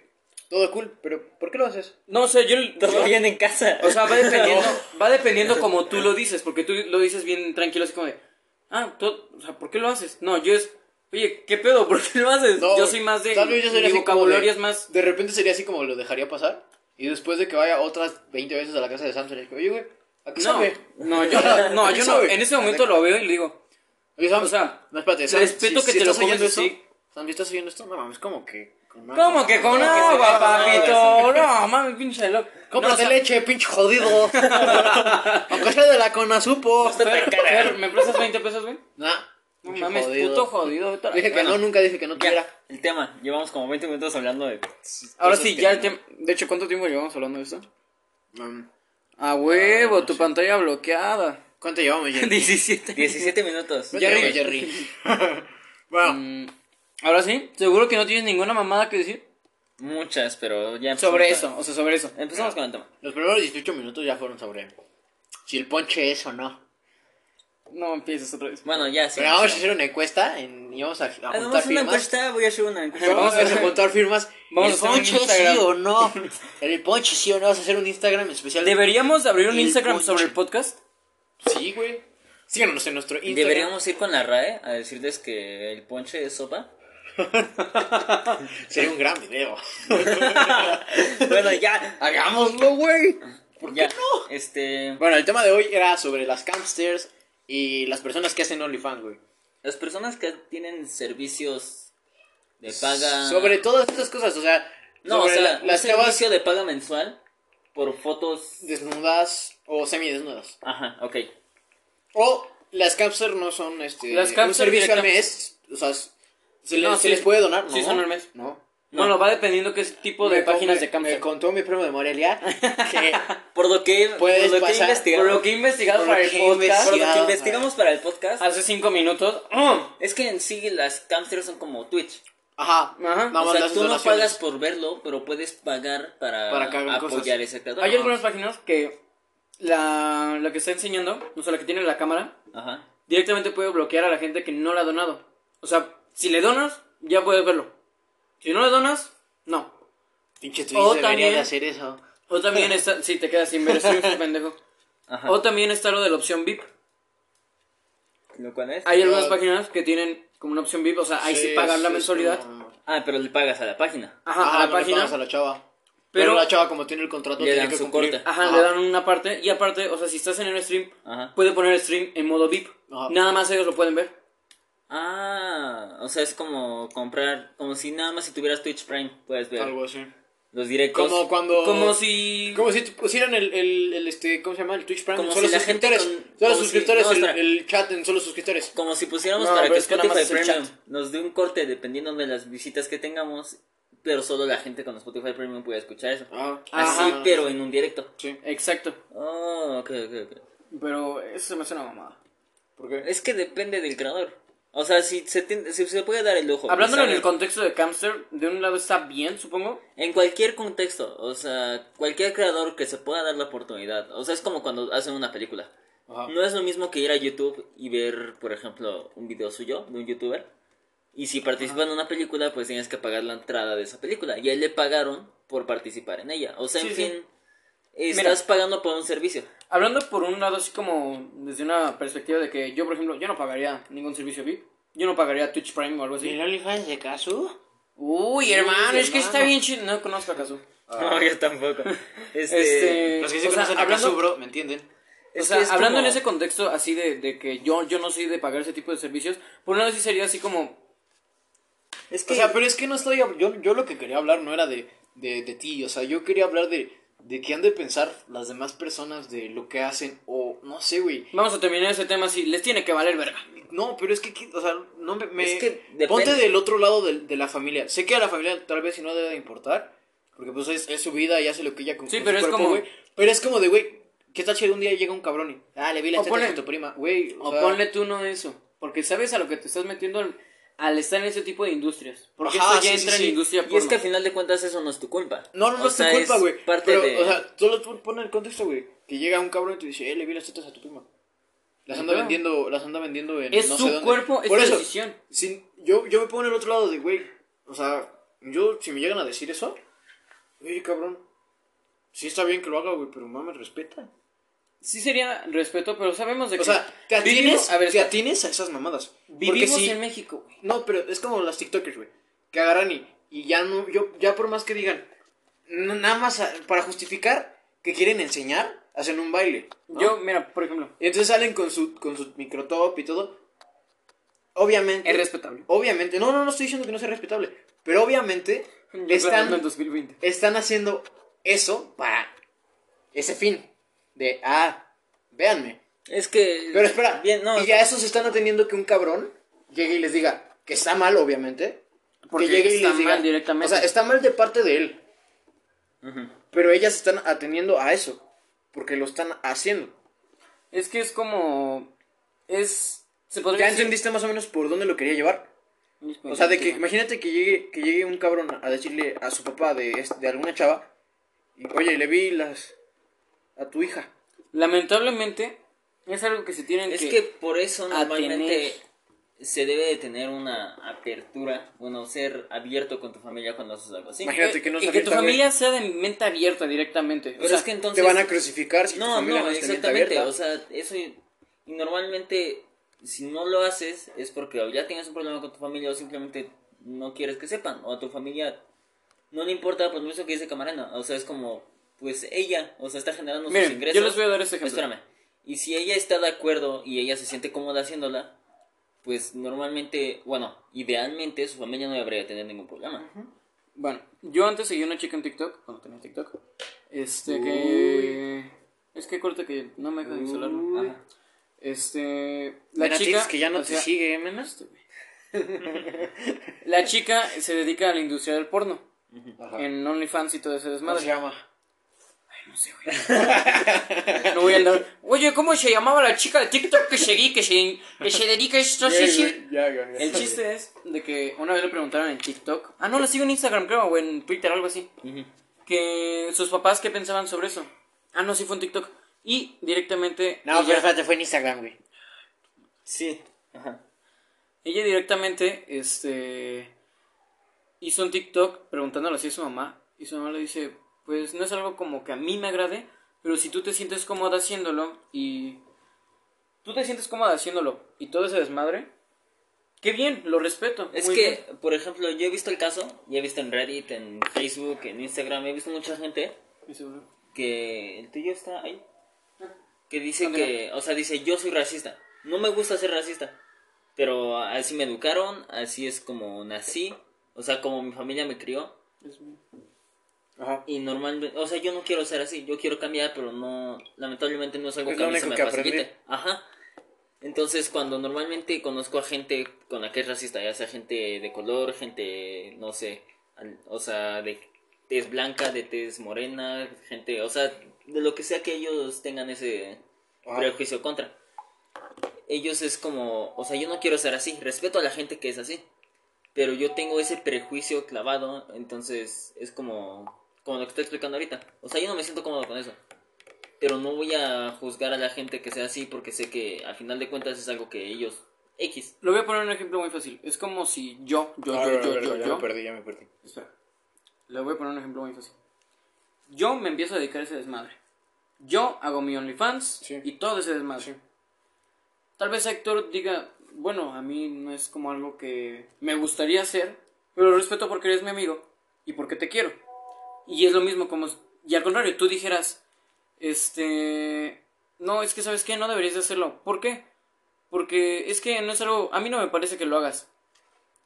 A: todo cool, pero ¿por qué lo haces?
B: No, o sea, yo...
C: todo
B: yo-
C: bien en casa.
B: O sea,
A: (laughs)
B: va dependiendo, va dependiendo como tú lo dices, porque tú lo dices bien tranquilo, así como de, ah, to- o sea, ¿por qué lo haces? No, yo es, oye, ¿qué pedo? ¿Por qué lo haces?
A: No,
B: yo
A: güey.
B: soy más de,
A: Tal vez yo sería
B: mi
A: así como
B: vocabulario
A: de-
B: es más,
A: De repente sería así como lo dejaría pasar. Y después de que vaya otras 20 veces a la casa de Sam, sería como, oye, güey, ¿a qué
B: no,
A: sabe?
B: no,
A: (laughs)
B: yo no, no,
A: ¿A qué
B: yo no,
A: sabe?
B: en ese momento lo veo y le digo,
A: Oye, Sam,
B: o sea,
A: no, espérate, Sam,
B: respeto que te lo
A: estás oyendo
B: comes
A: esto,
B: así.
A: Sam, si estás oyendo esto, no mames, como que. con más-
B: ¿cómo que con agua, papito? No, mami, pinche loco.
A: Cómprate
B: no, o sea,
A: leche, pinche
B: (laughs)
A: jodido. Aunque sea de la Conasupo.
B: Fer, Fer, ¿me prestas 20 pesos, güey?
A: Nah,
B: No
A: pinche
B: mames, puto jodido. vete a la-
A: Dije que no, nunca dije que no
C: Ya,
A: tuviera.
C: (laughs) el tema, llevamos como 20 minutos hablando de...
B: Ahora
A: Cosas
B: sí,
A: que
B: ya
A: no.
B: el tema, de hecho, ¿cuánto tiempo llevamos hablando de esto?
A: Mm,
B: A huevo, tu pantalla (laughs) bloqueada.
A: ¿Cuánto llevamos, Jerry?
B: 17.
C: 17 minutos.
A: ¿Cuánto
B: Jerry.
A: llevamos, Jerry?
B: (laughs)
A: (laughs) Bueno,
B: Mm, Ahora sí, seguro que no tienes ninguna mamada que decir
C: Muchas, pero ya... empezamos
B: sobre
C: con-
B: eso, o sea, sobre eso.
C: Empezamos con el tema.
A: los primeros 18 minutos ya fueron sobre si el ponche es o no.
B: No empieces otra vez.
C: Bueno, ya, sí.
A: Pero vamos a hacer una encuesta en- y vamos a, a juntar
C: Hagamos una
A: firmas.
C: encuesta, voy a hacer una encuesta.
A: Vamos a juntar firmas.
B: Vamos a
A: ¿El
B: hacer un
A: ponche sí
B: Instagram.
A: o no?
B: (laughs)
A: ¿El ponche sí o no? Vas a hacer un Instagram especial.
B: Deberíamos abrir un
A: El
B: Instagram
A: ponche.
B: sobre el podcast.
A: Sí, güey. Síganos en nuestro Instagram.
C: Deberíamos ir con la RAE a decirles que el ponche es sopa. (laughs)
A: Sería un gran
B: (laughs)
A: video.
C: bueno, ya.
A: Hagámoslo, güey.
C: ya. Este...
A: Bueno, el tema de hoy era sobre las campsters y las personas que hacen OnlyFans, güey.
C: Las personas que tienen servicios de paga...
A: Sobre todas estas cosas, o sea,
C: No, o
A: sobre
C: sea,
A: la-
C: un
A: las chavas
C: servicio de paga mensual por fotos...
A: desnudas o semidesnudas.
C: Ajá, ok.
A: O las campsters no son este
B: Las
A: un
B: campsters
A: servicio al
B: directamente-
A: mes, o sea, s- se,
B: No,
A: les, se
B: sí.
A: les puede donar,
B: Sí,
A: ¿no?
B: son al mes.
A: No.
B: Bueno, va dependiendo qué tipo de
A: Me
B: páginas
A: con-
B: de
A: Me
B: Camster.
A: contó mi primo de Morelia que
C: Por lo que... por
A: Puedes
C: lo que
A: pasar-
B: Por
C: investigamos-
B: lo que he investigado
A: Por
B: para
A: lo
B: el
A: que he
B: podcast
C: Por lo que
A: investigado.
C: investigamos para el podcast,
B: hace 5 minutos. ¡ah!
C: es que en sí las camsters son como Twitch.
A: ajá,
B: Ajá.
A: nada
C: o
A: más
C: sea,
A: las
C: tú no
A: donaciones.
C: pagas por verlo, pero puedes pagar para,
A: Para que hagan
C: apoyar
A: cosas.
C: ese creador.
B: Hay algunas páginas que la, la que está enseñando, o sea, la que tiene la cámara,
C: Ajá.
B: directamente puede bloquear a la gente que no la ha donado. O sea, si le donas, ya puedes verlo. Si no le donas, no.
A: Pinche Twitch
B: O
A: debería de
B: también-
A: hacer eso.
B: O también está, si te quedas sin ver
C: (laughs)
B: streams, pendejo.
C: Ajá.
B: O también está lo de la opción VIP.
C: ¿Lo cual es?
B: Hay algunas
A: Ah.
B: páginas que tienen como una opción VIP, o sea, ahí sí,
A: Sí,
B: pagan la
A: sí,
B: mensualidad.
A: sí, no.
C: Ah, pero le pagas a la página.
B: Ajá,
A: Ajá,
B: a
A: no
B: la
A: le
B: página.
A: pagas a la chava. Pero,
B: Pero-
A: la chava como tiene el contrato
C: Le
A: tiene
C: dan
A: que
C: su
A: cumplir.
C: corte.
B: Ajá, le dan una parte. Y aparte, o sea, si estás en el stream,
C: Ajá.
B: puede poner el stream en modo VIP.
A: Ajá.
B: Nada más ellos lo pueden ver.
C: Ah, o sea, es como comprar, como si nada más si tuvieras Twitch Prime, puedes ver.
A: Algo así.
C: Los directos.
A: Como cuando.
B: Como si.
A: Como si te pusieran el, el, el, este, ¿cómo se llama? El Twitch Prime
C: Como
A: en solo
C: si la gente
A: suscriptores. solo
C: con- como si-
A: suscriptores,
C: no,
A: el,
C: espera.
A: el chat en solo suscriptores.
C: Como si pusiéramos
B: No,
C: para
B: pero
C: que
B: es que nada
C: Spotify
B: más es el
C: Premium
B: chat.
C: nos dé un corte dependiendo de las visitas que tengamos, pero solo la gente con Spotify Premium puede escuchar eso.
A: Ah,
C: Así,
B: Ajá.
C: pero en un directo.
A: Sí.
B: Exacto.
C: Oh, ok, ok, ok.
B: Pero eso se me hace una mamada.
A: ¿Por qué?
C: Es que depende del creador. O sea, si se, ten- si se puede dar el lujo.
B: Hablándolo en
C: ¿sabes?
B: el contexto de Camster, de un lado está bien, supongo.
C: En cualquier contexto, o sea, cualquier creador que se pueda dar la oportunidad. O sea, es como cuando hacen una película.
A: Ajá.
C: No es lo mismo que ir a YouTube y ver, por ejemplo, un video suyo de un youtuber. Y si participa en una película, pues tienes que pagar la entrada de esa película. Y a él le pagaron por participar en ella. O sea, en
B: Sí, sí.
C: fin, estás pagando por un servicio.
B: Hablando por un lado así como desde una perspectiva de que yo, por ejemplo, yo no pagaría ningún servicio VIP. Yo no pagaría Twitch Prime o algo
D: ¿Y
B: así.
D: el OnlyFans de Casu?
B: Uy, hermano, es que está
D: hermano.
B: bien chido. No conozco a Kazu.
A: Ah.
C: No,
A: (laughs)
C: yo tampoco. Este,
B: Este,
A: Los que sí
B: o sea,
A: conocen a
B: hablando-
A: Kazu, bro, ¿me entienden?
B: O
C: es
B: sea,
C: que es
B: hablando
C: como-
B: en ese contexto así de, de que yo, yo no soy de pagar ese tipo de servicios, por un lado sí sería así como...
C: Es que
A: O sea, pero es que no estoy. Yo, yo lo que quería hablar no era de, de, de ti, o sea, yo quería hablar de, de qué han de pensar las demás personas de lo que hacen, o no sé, güey.
B: Vamos a terminar ese tema así, les tiene que valer verga.
A: No, pero es que, qui- o sea, no me. me-
C: Es que depende.
A: ponte del otro lado de, de la familia. Sé que a la familia tal vez si no debe de importar, porque pues es, es su vida y hace lo que ella con
B: Sí,
A: con
B: pero
A: su
B: es como-
A: güey. Pero es como de, güey, ¿qué tal si un día llega un cabrón y. Ah, le vi la
B: O
A: teta
B: ponle-
A: a tu prima, güey.
B: O
A: sea,
B: ponle tú no eso, porque sabes a lo que te estás metiendo al, al estar en ese tipo de industrias. Porque
A: Ajá,
B: esto ya
A: sí, sí,
B: entra
A: sí.
B: en industria
C: Y es
B: porno.
C: que al final de cuentas eso no es tu culpa.
A: No, no,
C: O
A: no es tu
C: sea,
A: culpa, güey.
C: Parte
A: Pero,
C: de...
A: o sea, solo tú pon el contexto, güey. Que llega un cabrón y te dice, eh, le vi las tetas a tu prima. Las anda
B: Ajá.
A: vendiendo, las anda vendiendo en
B: Es
A: no
B: su
A: sé dónde.
B: cuerpo, es
A: Por
B: su
A: eso,
B: decisión.
A: sin- yo, yo me pongo en el otro lado de, güey, o sea, yo, si me llegan a decir eso, oye, cabrón, sí está bien que lo haga, güey, pero mames, respeta.
B: Sí sería respeto, pero sabemos de que...
A: O sea, te atienes,
B: vivimos- a ver,
A: te
B: espera,
A: atienes a esas mamadas. Porque
B: vivimos
A: si,
B: en México, güey.
A: No, pero es como las TikTokers, güey. Que agarran y, y ya no, yo, ya por más que digan, n- nada más a- para justificar que quieren enseñar, hacen un baile. ¿no?
B: Yo, mira, por ejemplo,
A: Y entonces salen con su, con su microtop y todo. Obviamente.
B: es respetable.
A: obviamente. No, no, no estoy diciendo que no sea respetable. Pero
B: (laughs)
A: obviamente
B: Están en
A: están,
B: 2020.
A: están haciendo eso para ese fin. De, ah, véanme.
C: Es que...
A: Pero espera,
C: Bien, no,
A: y ya esos están atendiendo que un cabrón llegue y les diga que está mal, obviamente.
B: Porque
A: que llegue y
B: está
A: les diga,
B: mal directamente.
A: O sea, está mal de parte de él. Pero ellas están atendiendo a eso. Porque lo están haciendo.
B: Es que es como... Es... Se podría
A: ¿Ya
B: pues, decir-
A: entendiste más o menos por dónde lo quería llevar? O sea, de que imagínate que llegue, que llegue un cabrón a decirle a su papá de, es- de alguna chava. Y, Oye, le vi las. a tu hija.
B: Lamentablemente, es algo que se tienen
C: Es
B: que...
C: que por eso
B: a
C: normalmente
B: tener.
C: se debe de tener una apertura, bueno, ser abierto con tu familia cuando haces
A: (laughs)
C: algo así.
B: Eh,
A: Imagínate que no
B: y
A: se
B: que
A: abierta,
B: tu
A: güey.
B: familia sea de mente abierta directamente.
C: Pero
B: o sea,
C: es que entonces...
A: Te van a crucificar si tu
C: No,
A: familia
C: no,
A: no, está bien
C: exactamente,
A: abierta.
C: o sea, eso... Y y normalmente, si no lo haces, es porque o ya tienes un problema con tu familia o simplemente no quieres que sepan, o a tu familia no le importa por lo mismo que dice Camarena, o sea, es como, pues ella, o sea, está generando
B: Miren,
C: sus ingresos.
B: yo les voy a dar este ejemplo.
C: Espérame. Y si ella está de acuerdo y ella se siente cómoda haciéndola, pues normalmente, bueno, idealmente su familia no debería tener ningún problema.
B: Bueno, yo antes seguí una chica en TikTok, cuando tenía TikTok. Este que... Es que corte que no me deja de instalarlo.
C: Ajá.
B: Este... La
A: Mena,
B: chica...
A: tienes que ya no
B: o sea,
A: te sigue, menos.
B: La chica se dedica a la industria del porno. En OnlyFans y todo ese
A: ¿Cómo se
B: desmadre.
A: llama?
B: No voy a andar... Oye, ¿cómo se llamaba la chica de TikTok que seguí, que se, que se dedica a esto? Sí, sí.
A: (laughs)
B: El chiste es de que una vez le preguntaron en TikTok. Ah, no, lo sigo en Instagram, creo, o en Twitter, algo así. Que sus papás qué pensaban sobre eso. Ah, no, sí fue en TikTok. Y directamente.
A: No, pero
B: ella,
A: espérate, fue en Instagram, güey.
C: Sí. Ajá.
B: ella directamente este, hizo un TikTok preguntándole así a su mamá. Y su mamá le dice: Pues no es algo como que a mí me agrade, pero si tú te sientes cómoda haciéndolo y. Tú te sientes cómoda haciéndolo y todo ese desmadre. Qué bien, lo respeto.
C: Es
B: muy
C: que,
B: bien.
C: por ejemplo, yo he visto el caso, y he visto en Reddit, en Facebook, en Instagram, he visto mucha gente
B: Y seguro.
C: que el tuyo está ahí. Que dice
B: Ok.
C: que, o sea, dice, yo soy racista. No me gusta ser racista. Pero así me educaron, así es como nací, o sea, como mi familia me crió.
B: Ajá.
C: Y normalmente, o sea, yo no quiero ser así, yo quiero cambiar, pero no, lamentablemente no es algo
A: Es
C: que
A: lo
C: a mí se
A: único
C: me
A: que aprendí.
C: facilite. Ajá. Entonces, cuando normalmente conozco a gente con la que es racista, ya sea gente de color, gente, no sé, al- o sea, de tez blanca, de tez morena, gente, o sea, de lo que sea que ellos tengan ese
A: Ajá.
C: prejuicio contra. Ellos es como, o sea, yo no quiero ser así, respeto a la gente que es así, pero yo tengo ese prejuicio clavado, entonces es como, como lo que estoy explicando ahorita. O sea, yo no me siento cómodo con eso. Pero no voy a juzgar a la gente que sea así porque sé que al final de cuentas es algo que ellos X.
B: Lo voy a poner un ejemplo muy fácil. Es como si yo, yo,
A: Ah,
B: yo,
A: verdad,
B: yo,
A: verdad,
B: yo,
A: ya
B: yo-
A: me perdí, ya me perdí.
B: Espera. Le voy a poner un ejemplo muy fácil. Yo me empiezo a dedicar a ese desmadre. Yo hago mi OnlyFans
A: Sí.
B: y todo ese desmadre. Tal vez Héctor diga, bueno, a mí no es como algo que me gustaría hacer, pero lo respeto porque eres mi amigo y porque te quiero. Y es lo mismo como... s- Y al contrario, tú dijeras, este... No, es que sabes qué, no deberías de hacerlo. ¿Por qué? Porque es que no es algo... A mí no me parece que lo hagas.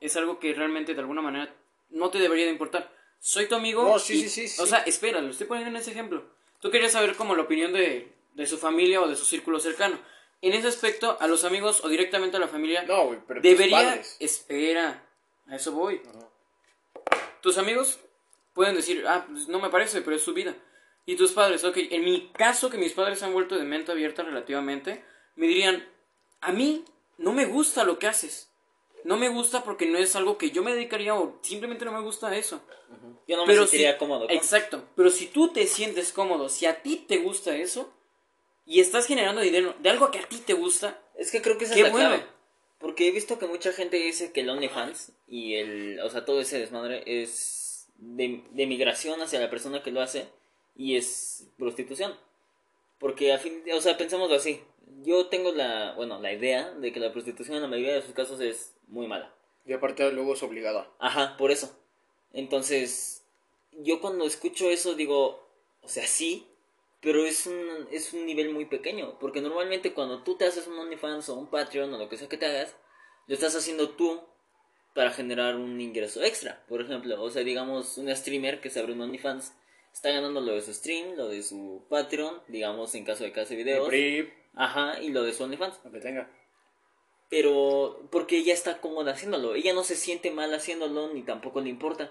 B: Es algo que realmente de alguna manera no te debería de importar. Soy tu amigo.
A: No, sí,
B: y-
A: sí, sí, sí.
B: O sea, espera, lo estoy poniendo en ese ejemplo. Tú querías saber como la opinión de, de su familia o de su círculo cercano. En ese aspecto, a los amigos o directamente a la familia,
A: No, güey, pero tus
B: debería...
A: padres.
B: Espera, a eso voy. Tus amigos pueden decir, ah, pues no me parece, pero es su vida. Y tus padres, ok, en mi caso que mis padres se han vuelto de mente abierta relativamente, me dirían, a mí no me gusta lo que haces. No me gusta porque no es algo que yo me dedicaría o simplemente no me gusta eso.
C: Yo no me
B: pero
C: sentiría
B: si-
C: cómodo. con-
B: Exacto, pero si tú te sientes cómodo, si a ti te gusta eso y estás generando dinero de algo que a ti te gusta,
C: Es que creo que esa
B: Qué
C: es la
B: bueno.
C: clave. Porque he visto que mucha gente dice que el OnlyFans y el, o sea, todo ese desmadre es de, de migración hacia la persona que lo hace y es prostitución. Porque a fin, o sea, pensémoslo así. Yo tengo la, bueno, la idea de que la prostitución en la mayoría de sus casos es muy mala.
A: Y aparte luego es obligada.
C: Ajá, por eso. Entonces, yo cuando escucho eso digo, o sea, sí, pero es un, es un nivel muy pequeño. Porque normalmente cuando tú te haces un OnlyFans o un Patreon o lo que sea que te hagas, lo estás haciendo tú para generar un ingreso extra. Por ejemplo, o sea, digamos, una streamer que se abre un OnlyFans está ganando lo de su stream, lo de su Patreon, digamos, en caso de que hace
A: El
C: videos.
A: PRI,
C: Ajá, y lo de su OnlyFans
A: lo que tenga.
C: pero porque ella está cómoda haciéndolo, ella no se siente mal haciéndolo ni tampoco le importa,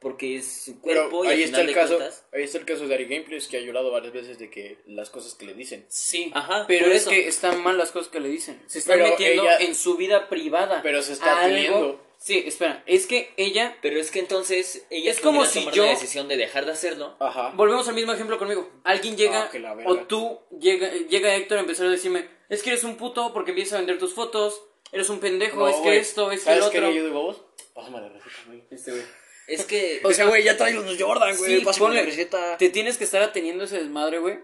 C: porque es su cuerpo
A: Pero
C: y al
A: ahí está
C: final
A: el
C: de
A: caso,
C: cuentas,
A: ahí está el caso de Ari Gameplays que ha llorado varias veces de que las cosas que le dicen.
B: sí,
C: Ajá,
B: pero
C: por
B: es
C: eso.
B: que están mal las cosas que le dicen. Se están
A: Pero
B: metiendo
A: ella-
B: en su vida privada.
A: Pero se está ateniendo.
B: Sí, espera, es que ella
C: pero es que entonces ella
B: Es como
C: pudiera
B: si
C: tomar
B: yo-
C: la decisión de dejar de hacerlo.
A: Ajá.
B: Volvemos al mismo ejemplo conmigo. Alguien llega
A: Ah, que la verga.
B: o tú llega llega Héctor a empezar a decirme, "Es que eres un puto porque empiezas a vender tus fotos, eres un pendejo,
A: No,
B: es que
A: güey.
B: esto, es que el
A: ¿Sabes qué
B: otro."
A: le ayudo vos? Pásame la receta, güey.
B: Este güey.
C: Es que
A: (laughs) O sea, güey, ya trae los Jordan, güey.
B: Sí,
A: pásame
B: ponle,
A: la receta.
B: Te tienes que estar ateniendo a ese desmadre, güey.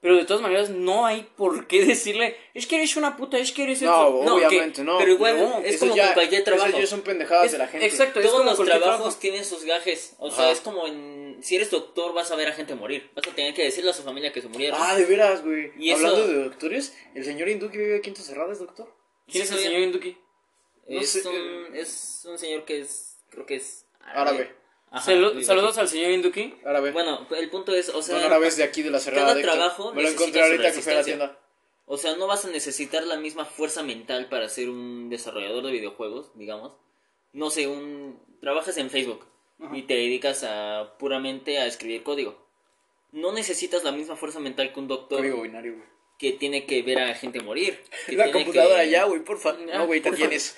B: Pero de todas maneras no hay por qué decirle, "Es que eres una puta, es que eres
A: No,
B: esto". que-
A: obviamente, no.
C: pero igual
A: No,
C: es
A: eso
C: como
A: ya-
C: con cualquier trabajo.
A: Eso ya son pendejadas
B: Es-
A: de la gente.
B: exacto. es
C: todos
B: como
C: los
B: cualquier
C: trabajos
B: trabajo.
C: tienen sus gajes, o
A: Ajá.
C: sea, es como en si eres doctor vas a ver a gente morir, vas a tener que decirle a su familia que se murieron.
A: Ah, de veras, güey.
C: Y eso-
A: Hablando de doctores, el señor hindú que vive aquí en Quinta Cerrada es doctor.
B: ¿Quién es el
C: Sí,
B: señor Induki?
A: no
C: es,
A: sé, eh.
C: un, es un señor que es creo que es
A: Árabe.
C: Ajá,
B: Salu-
C: vive
B: saludos al señor Induki.
A: Árabe.
C: aquí. Bueno, el punto es, o sea,
A: Son árabes de aquí de la cerrada.
C: cada
A: de Héctor.
C: trabajo
A: Me lo
C: necesita
A: encontré
C: su
A: ahorita que fui a la
C: resistencia.
A: tienda.
C: O sea, no vas a necesitar la misma fuerza mental para ser un desarrollador de videojuegos, digamos. No sé, un trabajas en Facebook y te dedicas a puramente a escribir código. No necesitas la misma fuerza mental que un doctor
A: Código binario, güey.
C: que tiene que ver a gente morir. Que
A: La
C: tiene
A: computadora
C: que,
A: ya, güey, porfa.
B: Ah,
A: No, güey, te
B: porfa.
A: tienes.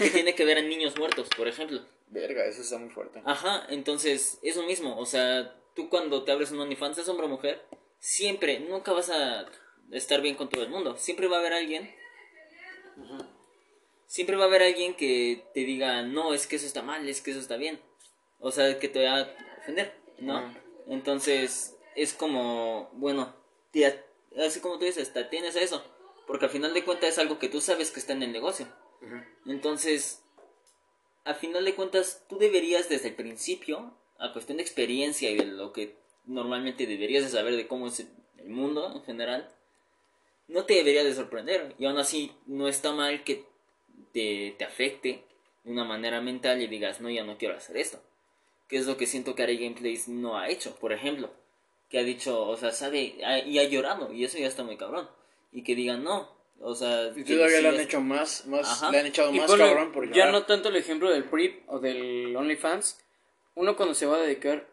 C: que tiene que ver a niños muertos, por ejemplo.
A: (laughs) Verga, eso está muy fuerte.
C: Ajá, entonces es lo mismo. O sea, tú cuando te abres un OnlyFans, es hombre o mujer, siempre, nunca vas a estar bien con todo el mundo. Siempre va a haber alguien. Siempre va a haber alguien que te diga, no, es que eso está mal, es que eso está bien. O sea, que te va a ofender, ¿no? Entonces es como, bueno, te a- así como tú dices, te atienes a eso. Porque al final de cuentas es algo que tú sabes que está en el negocio. Entonces, a final de cuentas, tú deberías desde el principio, a cuestión de experiencia y de lo que normalmente deberías de saber de cómo es el mundo en general, no te debería de sorprender. Y aún así, no está mal que te, te afecte de una manera mental y digas, no, ya no quiero hacer esto. que es lo que siento que Ari Gameplays no ha hecho, por ejemplo, que ha dicho, o sea, sabe, ha- y ha llorado, y eso ya está muy cabrón, y que digan no, o sea,
A: Y
C: que
A: todavía le han
C: sigas-
A: hecho más, más,
C: Ajá.
A: le han echado
B: Y
A: más
B: ponle,
A: cabrón por
B: ya
A: llorar.
B: no tanto el ejemplo del PRIP o del OnlyFans. Uno cuando se va a dedicar.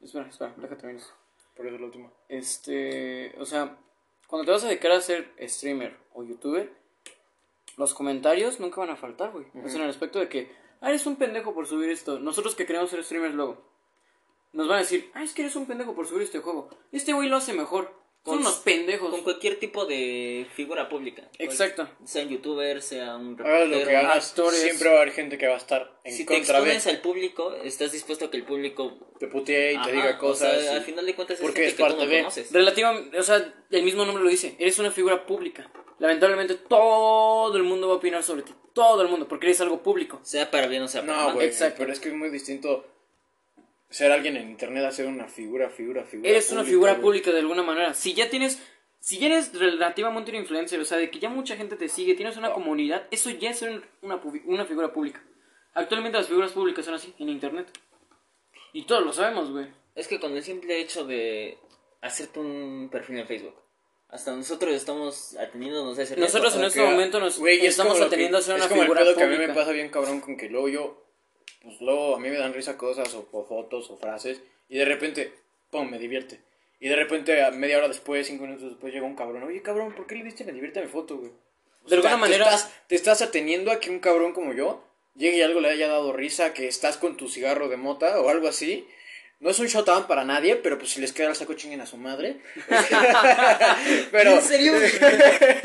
B: Espera, espera, déjate ver eso.
A: Por eso es la última.
B: Este, o sea, cuando te vas a dedicar a ser streamer o youtuber, los comentarios nunca van a faltar, güey. O sea, en el aspecto de que, ah, eres un pendejo por subir esto. Nosotros que queremos ser streamers luego, nos van a decir, ah, es que eres un pendejo por subir este juego. Este güey lo hace mejor. Son
C: Con-
B: unos pendejos.
C: con cualquier tipo de figura pública,
B: Exacto.
C: sea un youtuber, sea un
A: Hagas lo que
C: reportero,
A: hagas,
B: actores.
A: siempre va a haber gente que va a estar en
C: si te
A: contra de,
C: expones al público, estás dispuesto a que el público
A: te putee y
C: Ajá,
A: te diga
C: o
A: cosas.
C: sea,
A: y-
C: al final de cuentas es
A: porque
C: gente
A: es
C: que tú
A: parte
C: no
A: de-
C: conoces.
B: Relativamente, o sea, el mismo nombre lo dice, eres una figura pública. Lamentablemente todo el mundo va a opinar sobre ti, todo el mundo, porque eres algo público.
C: Sea para bien o sea para
A: No,
C: mal.
A: güey,
B: exacto.
A: pero es que es muy distinto ser alguien en internet a ser una figura, figura, figura.
B: Eres una
A: pública,
B: figura
A: güey.
B: pública de alguna manera. Si ya tienes, si ya eres relativamente un influencer, o sea, de que ya mucha gente te sigue, tienes una comunidad, eso ya es un- una, pu- una figura pública. Actualmente las figuras públicas son así, en internet. Y todos lo sabemos, güey.
C: Es que con el simple hecho de hacerte un perfil en Facebook, hasta nosotros estamos ateniéndonos a ese riesgo.
B: Nosotros en
A: Como
B: este
A: que,
B: momento nos
A: güey, es
B: estamos
A: como lo que-
B: ateniendo a ser una
A: Es como el
B: figura
A: pedo que a mí me
B: pública.
A: pasa bien cabrón con que luego yo, pues luego a mí me dan risa cosas o, o fotos o frases y de repente, pum, me divierte. Y de repente, a media hora después, cinco minutos después, llega un cabrón. Oye, cabrón, ¿por qué le viste me divierte a mi foto, güey? O
B: De
A: sea,
B: alguna
A: te
B: manera-
A: estás- te estás ateniendo a que un cabrón como yo llegue y algo le haya dado risa, que estás con tu cigarro de mota o algo así. No es un showdown para nadie, pero pues si les queda el saco chinguen a su madre. (laughs) pero,
B: (laughs) ¿En serio?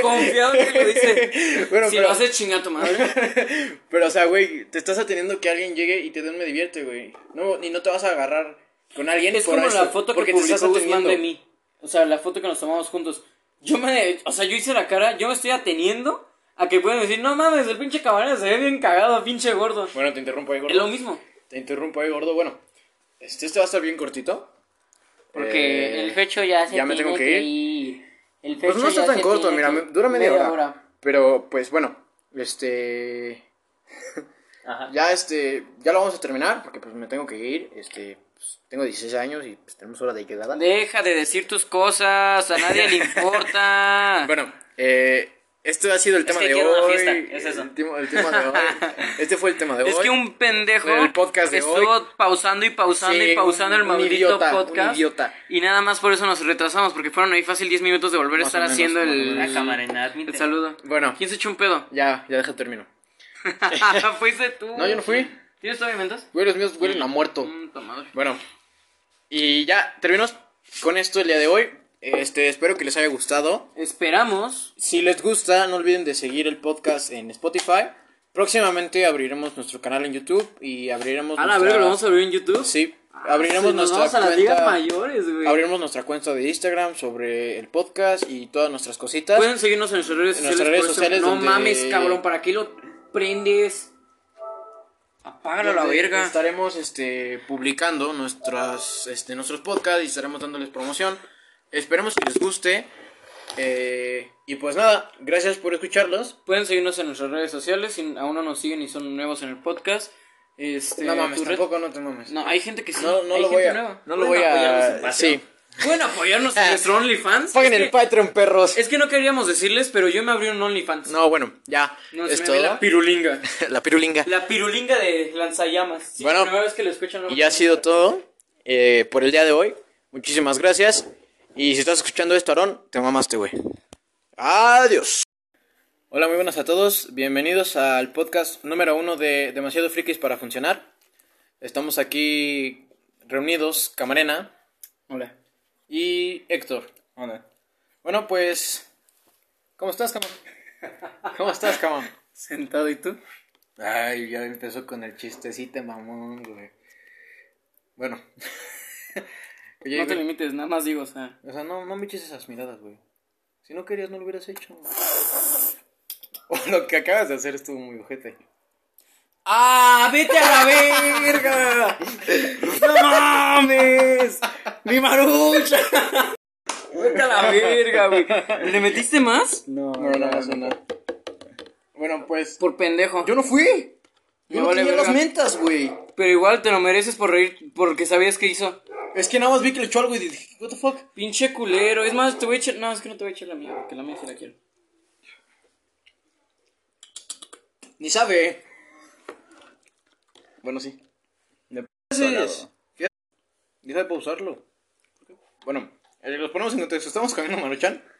B: Confiado que lo dice.
A: Bueno,
B: si
A: pero-
B: lo haces chinga tu madre.
A: pero, o sea, güey, te estás ateniendo que alguien llegue y te dé un me divierte, güey. No, y no te vas a agarrar con alguien
B: Es
A: por
B: como
A: eso,
B: la foto que
A: porque te estás
B: publicó Guzmán
A: ateniendo.
B: de mí. O sea, la foto que nos tomamos juntos. Yo me... O sea, yo hice la cara, yo me estoy ateniendo a que pueden decir, no mames, el pinche camarero se ve bien cagado, pinche gordo.
A: Bueno, te interrumpo ahí,
B: Es lo
A: gordo.
B: mismo.
A: Te interrumpo ahí, gordo. Bueno, este, este va a estar bien cortito.
B: Porque
A: Eh,
B: el
D: fecho ya se
A: ya me tengo
D: tiene
A: que
D: ir.
B: El
A: Pues
B: fecho
A: no está
B: ya
A: tan
B: se
A: corto,
B: tiene
A: mira,
B: que-
A: me- dura media, hora.
B: hora.
A: Pero, pues bueno, este.
C: Ajá.
A: Ya, este. Ya lo vamos a terminar, porque pues me tengo que ir. Este. pues, tengo 16 años y pues tenemos hora de quedada.
B: Deja de decir tus cosas, a
A: (laughs)
B: nadie le importa.
A: Bueno, eh, este ha sido el tema
C: que
A: de
C: quiero una
A: hoy.
C: fiesta, es eso.
A: El, tema- el tema
B: (laughs)
A: de hoy. Este fue el tema de hoy.
B: es que un pendejo
A: el podcast de
B: estuvo
A: hoy-
B: pausando y pausando
A: Sí,
B: y pausando
A: un-
B: el
A: un
B: maldito
A: idiota, un
B: podcast.
A: idiota.
B: Y nada más por eso nos retrasamos, porque fueron ahí fácil 10 minutos de volver a
A: Más
B: estar
A: o menos,
B: haciendo
A: más o
B: el,
C: La camarena, admite.
B: el saludo.
A: Bueno,
B: ¿Quién se echó un
A: (laughs)
B: pedo?
A: ya, ya deja termino.
B: Fuiste tú.
A: No, yo no fui.
B: ¿Tienes todavía mentas?
A: Güey, los míos huelen a muerto.
B: Mm, tu madre.
A: Bueno, y ya terminamos con esto el día de hoy. Este, espero que les haya gustado.
B: Esperamos.
A: Si les gusta, no olviden de seguir el podcast en Spotify. Próximamente abriremos nuestro canal en YouTube y abriremos
B: A la verga, lo vamos a abrir en YouTube.
A: Pues, Sí,
B: Ah,
A: abriremos
B: sí, nos
A: nuestra
B: vamos a las ligas
A: cuenta.
B: mayores, güey.
A: abriremos nuestra cuenta de Instagram sobre el podcast y todas nuestras cositas.
B: Pueden seguirnos en nuestras redes
A: En
B: sociales.
A: nuestras redes
B: por eso.
A: sociales
B: no
A: donde-
B: mames, cabrón, ¿para qué lo prendes? Apágalo a la
A: Donde
B: verga.
A: Estaremos este, publicando nuestras, este, nuestros podcasts y estaremos dándoles promoción. Esperemos que les guste. Eh, y pues nada, gracias por escucharlos.
B: Pueden seguirnos en nuestras redes sociales si aún no nos siguen y son nuevos en el podcast. Este,
A: no mames,
B: tu red-
A: tampoco no te mames.
B: No, hay gente que sí.
A: No, no
B: hay
A: lo
B: gente
A: voy a.
B: nueva.
A: No lo voy
C: Pueden
A: a.
C: apoyarnos en Patreon.
A: Sí. Ah.
B: Pueden apoyarnos en nuestro OnlyFans.
A: Paguen
B: Es
A: el
B: que-
A: Patreon, perros.
B: Es que no queríamos decirles, pero yo me abrí un OnlyFans.
A: No, bueno, ya.
B: No, se
A: es
B: me
A: todo.
B: ve la pirulinga.
A: (laughs) La pirulinga.
B: La pirulinga de lanzallamas. Sí,
A: Bueno,
B: la primera vez que lo escuchan. no
A: Y
B: me
A: ya ha
B: acuerdo.
A: sido todo eh, por el día de hoy. Muchísimas gracias. Y si estás escuchando esto, Aarón, te mamaste, güey. Adiós. Hola, muy buenas a todos. Bienvenidos al podcast número uno de Demasiado Frikis para Funcionar. Estamos aquí reunidos, Camarena
C: Hola.
A: y Héctor.
C: Hola.
A: Bueno, pues... ¿Cómo estás, Camón?
C: (laughs)
A: ¿Cómo estás, Camón?
B: Sentado y tú.
A: Ay, ya empezó con el chistecito, mamón, güey. Bueno. (laughs) Oye,
B: no te
A: güey,
B: limites, nada más digo, o sea.
A: o sea, no, no me eches esas miradas, güey. Si no querías, no lo hubieras hecho. (laughs) O lo que acabas de hacer estuvo muy ojete.
B: ¡Ah! ¡Vete a la verga!
A: (laughs)
B: ¡No mames! ¡Mi marucha! ¡Vete a la verga, güey! ¿Le metiste más?
A: No, no, no, no, Bueno, pues.
B: Por pendejo.
A: Yo no fui.
B: Me
A: Yo no
B: vale
A: tenía las
B: verga.
A: mentas, güey.
B: Pero igual te lo mereces por reír, porque sabías que hizo.
A: Es que nada más vi que le echó algo y dije, ¿What the fuck?
B: Pinche culero. Es más, te voy a echar. No, es que no te voy a echar la mía, porque la mía sí la quiero.
A: Ni sabe. Bueno, sí. Me
C: Sonado.
A: Deja de pausarlo. Bueno, eh, los ponemos en contexto. Estamos comiendo Maruchan.